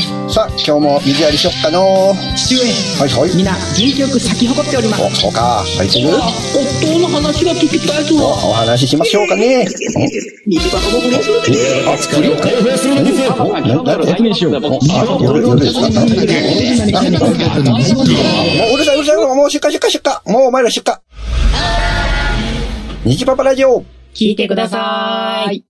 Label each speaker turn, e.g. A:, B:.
A: 今日も水やりしよっかのー
B: 父上
A: はいはい
B: 皆元気よく咲き誇っております
A: おそうか咲いてる
B: 夫の話が聞きたいぞ
A: おお話ししましょうかね
B: 水箱も不良するってね
A: あ作りを変え
C: 放するんですよ
A: ななな
C: 説明しよう
A: あ夜夜ですかあもううるさいうるさいもう出荷出荷出荷もうお前ら出荷虹パパラジオ
B: 聞いてください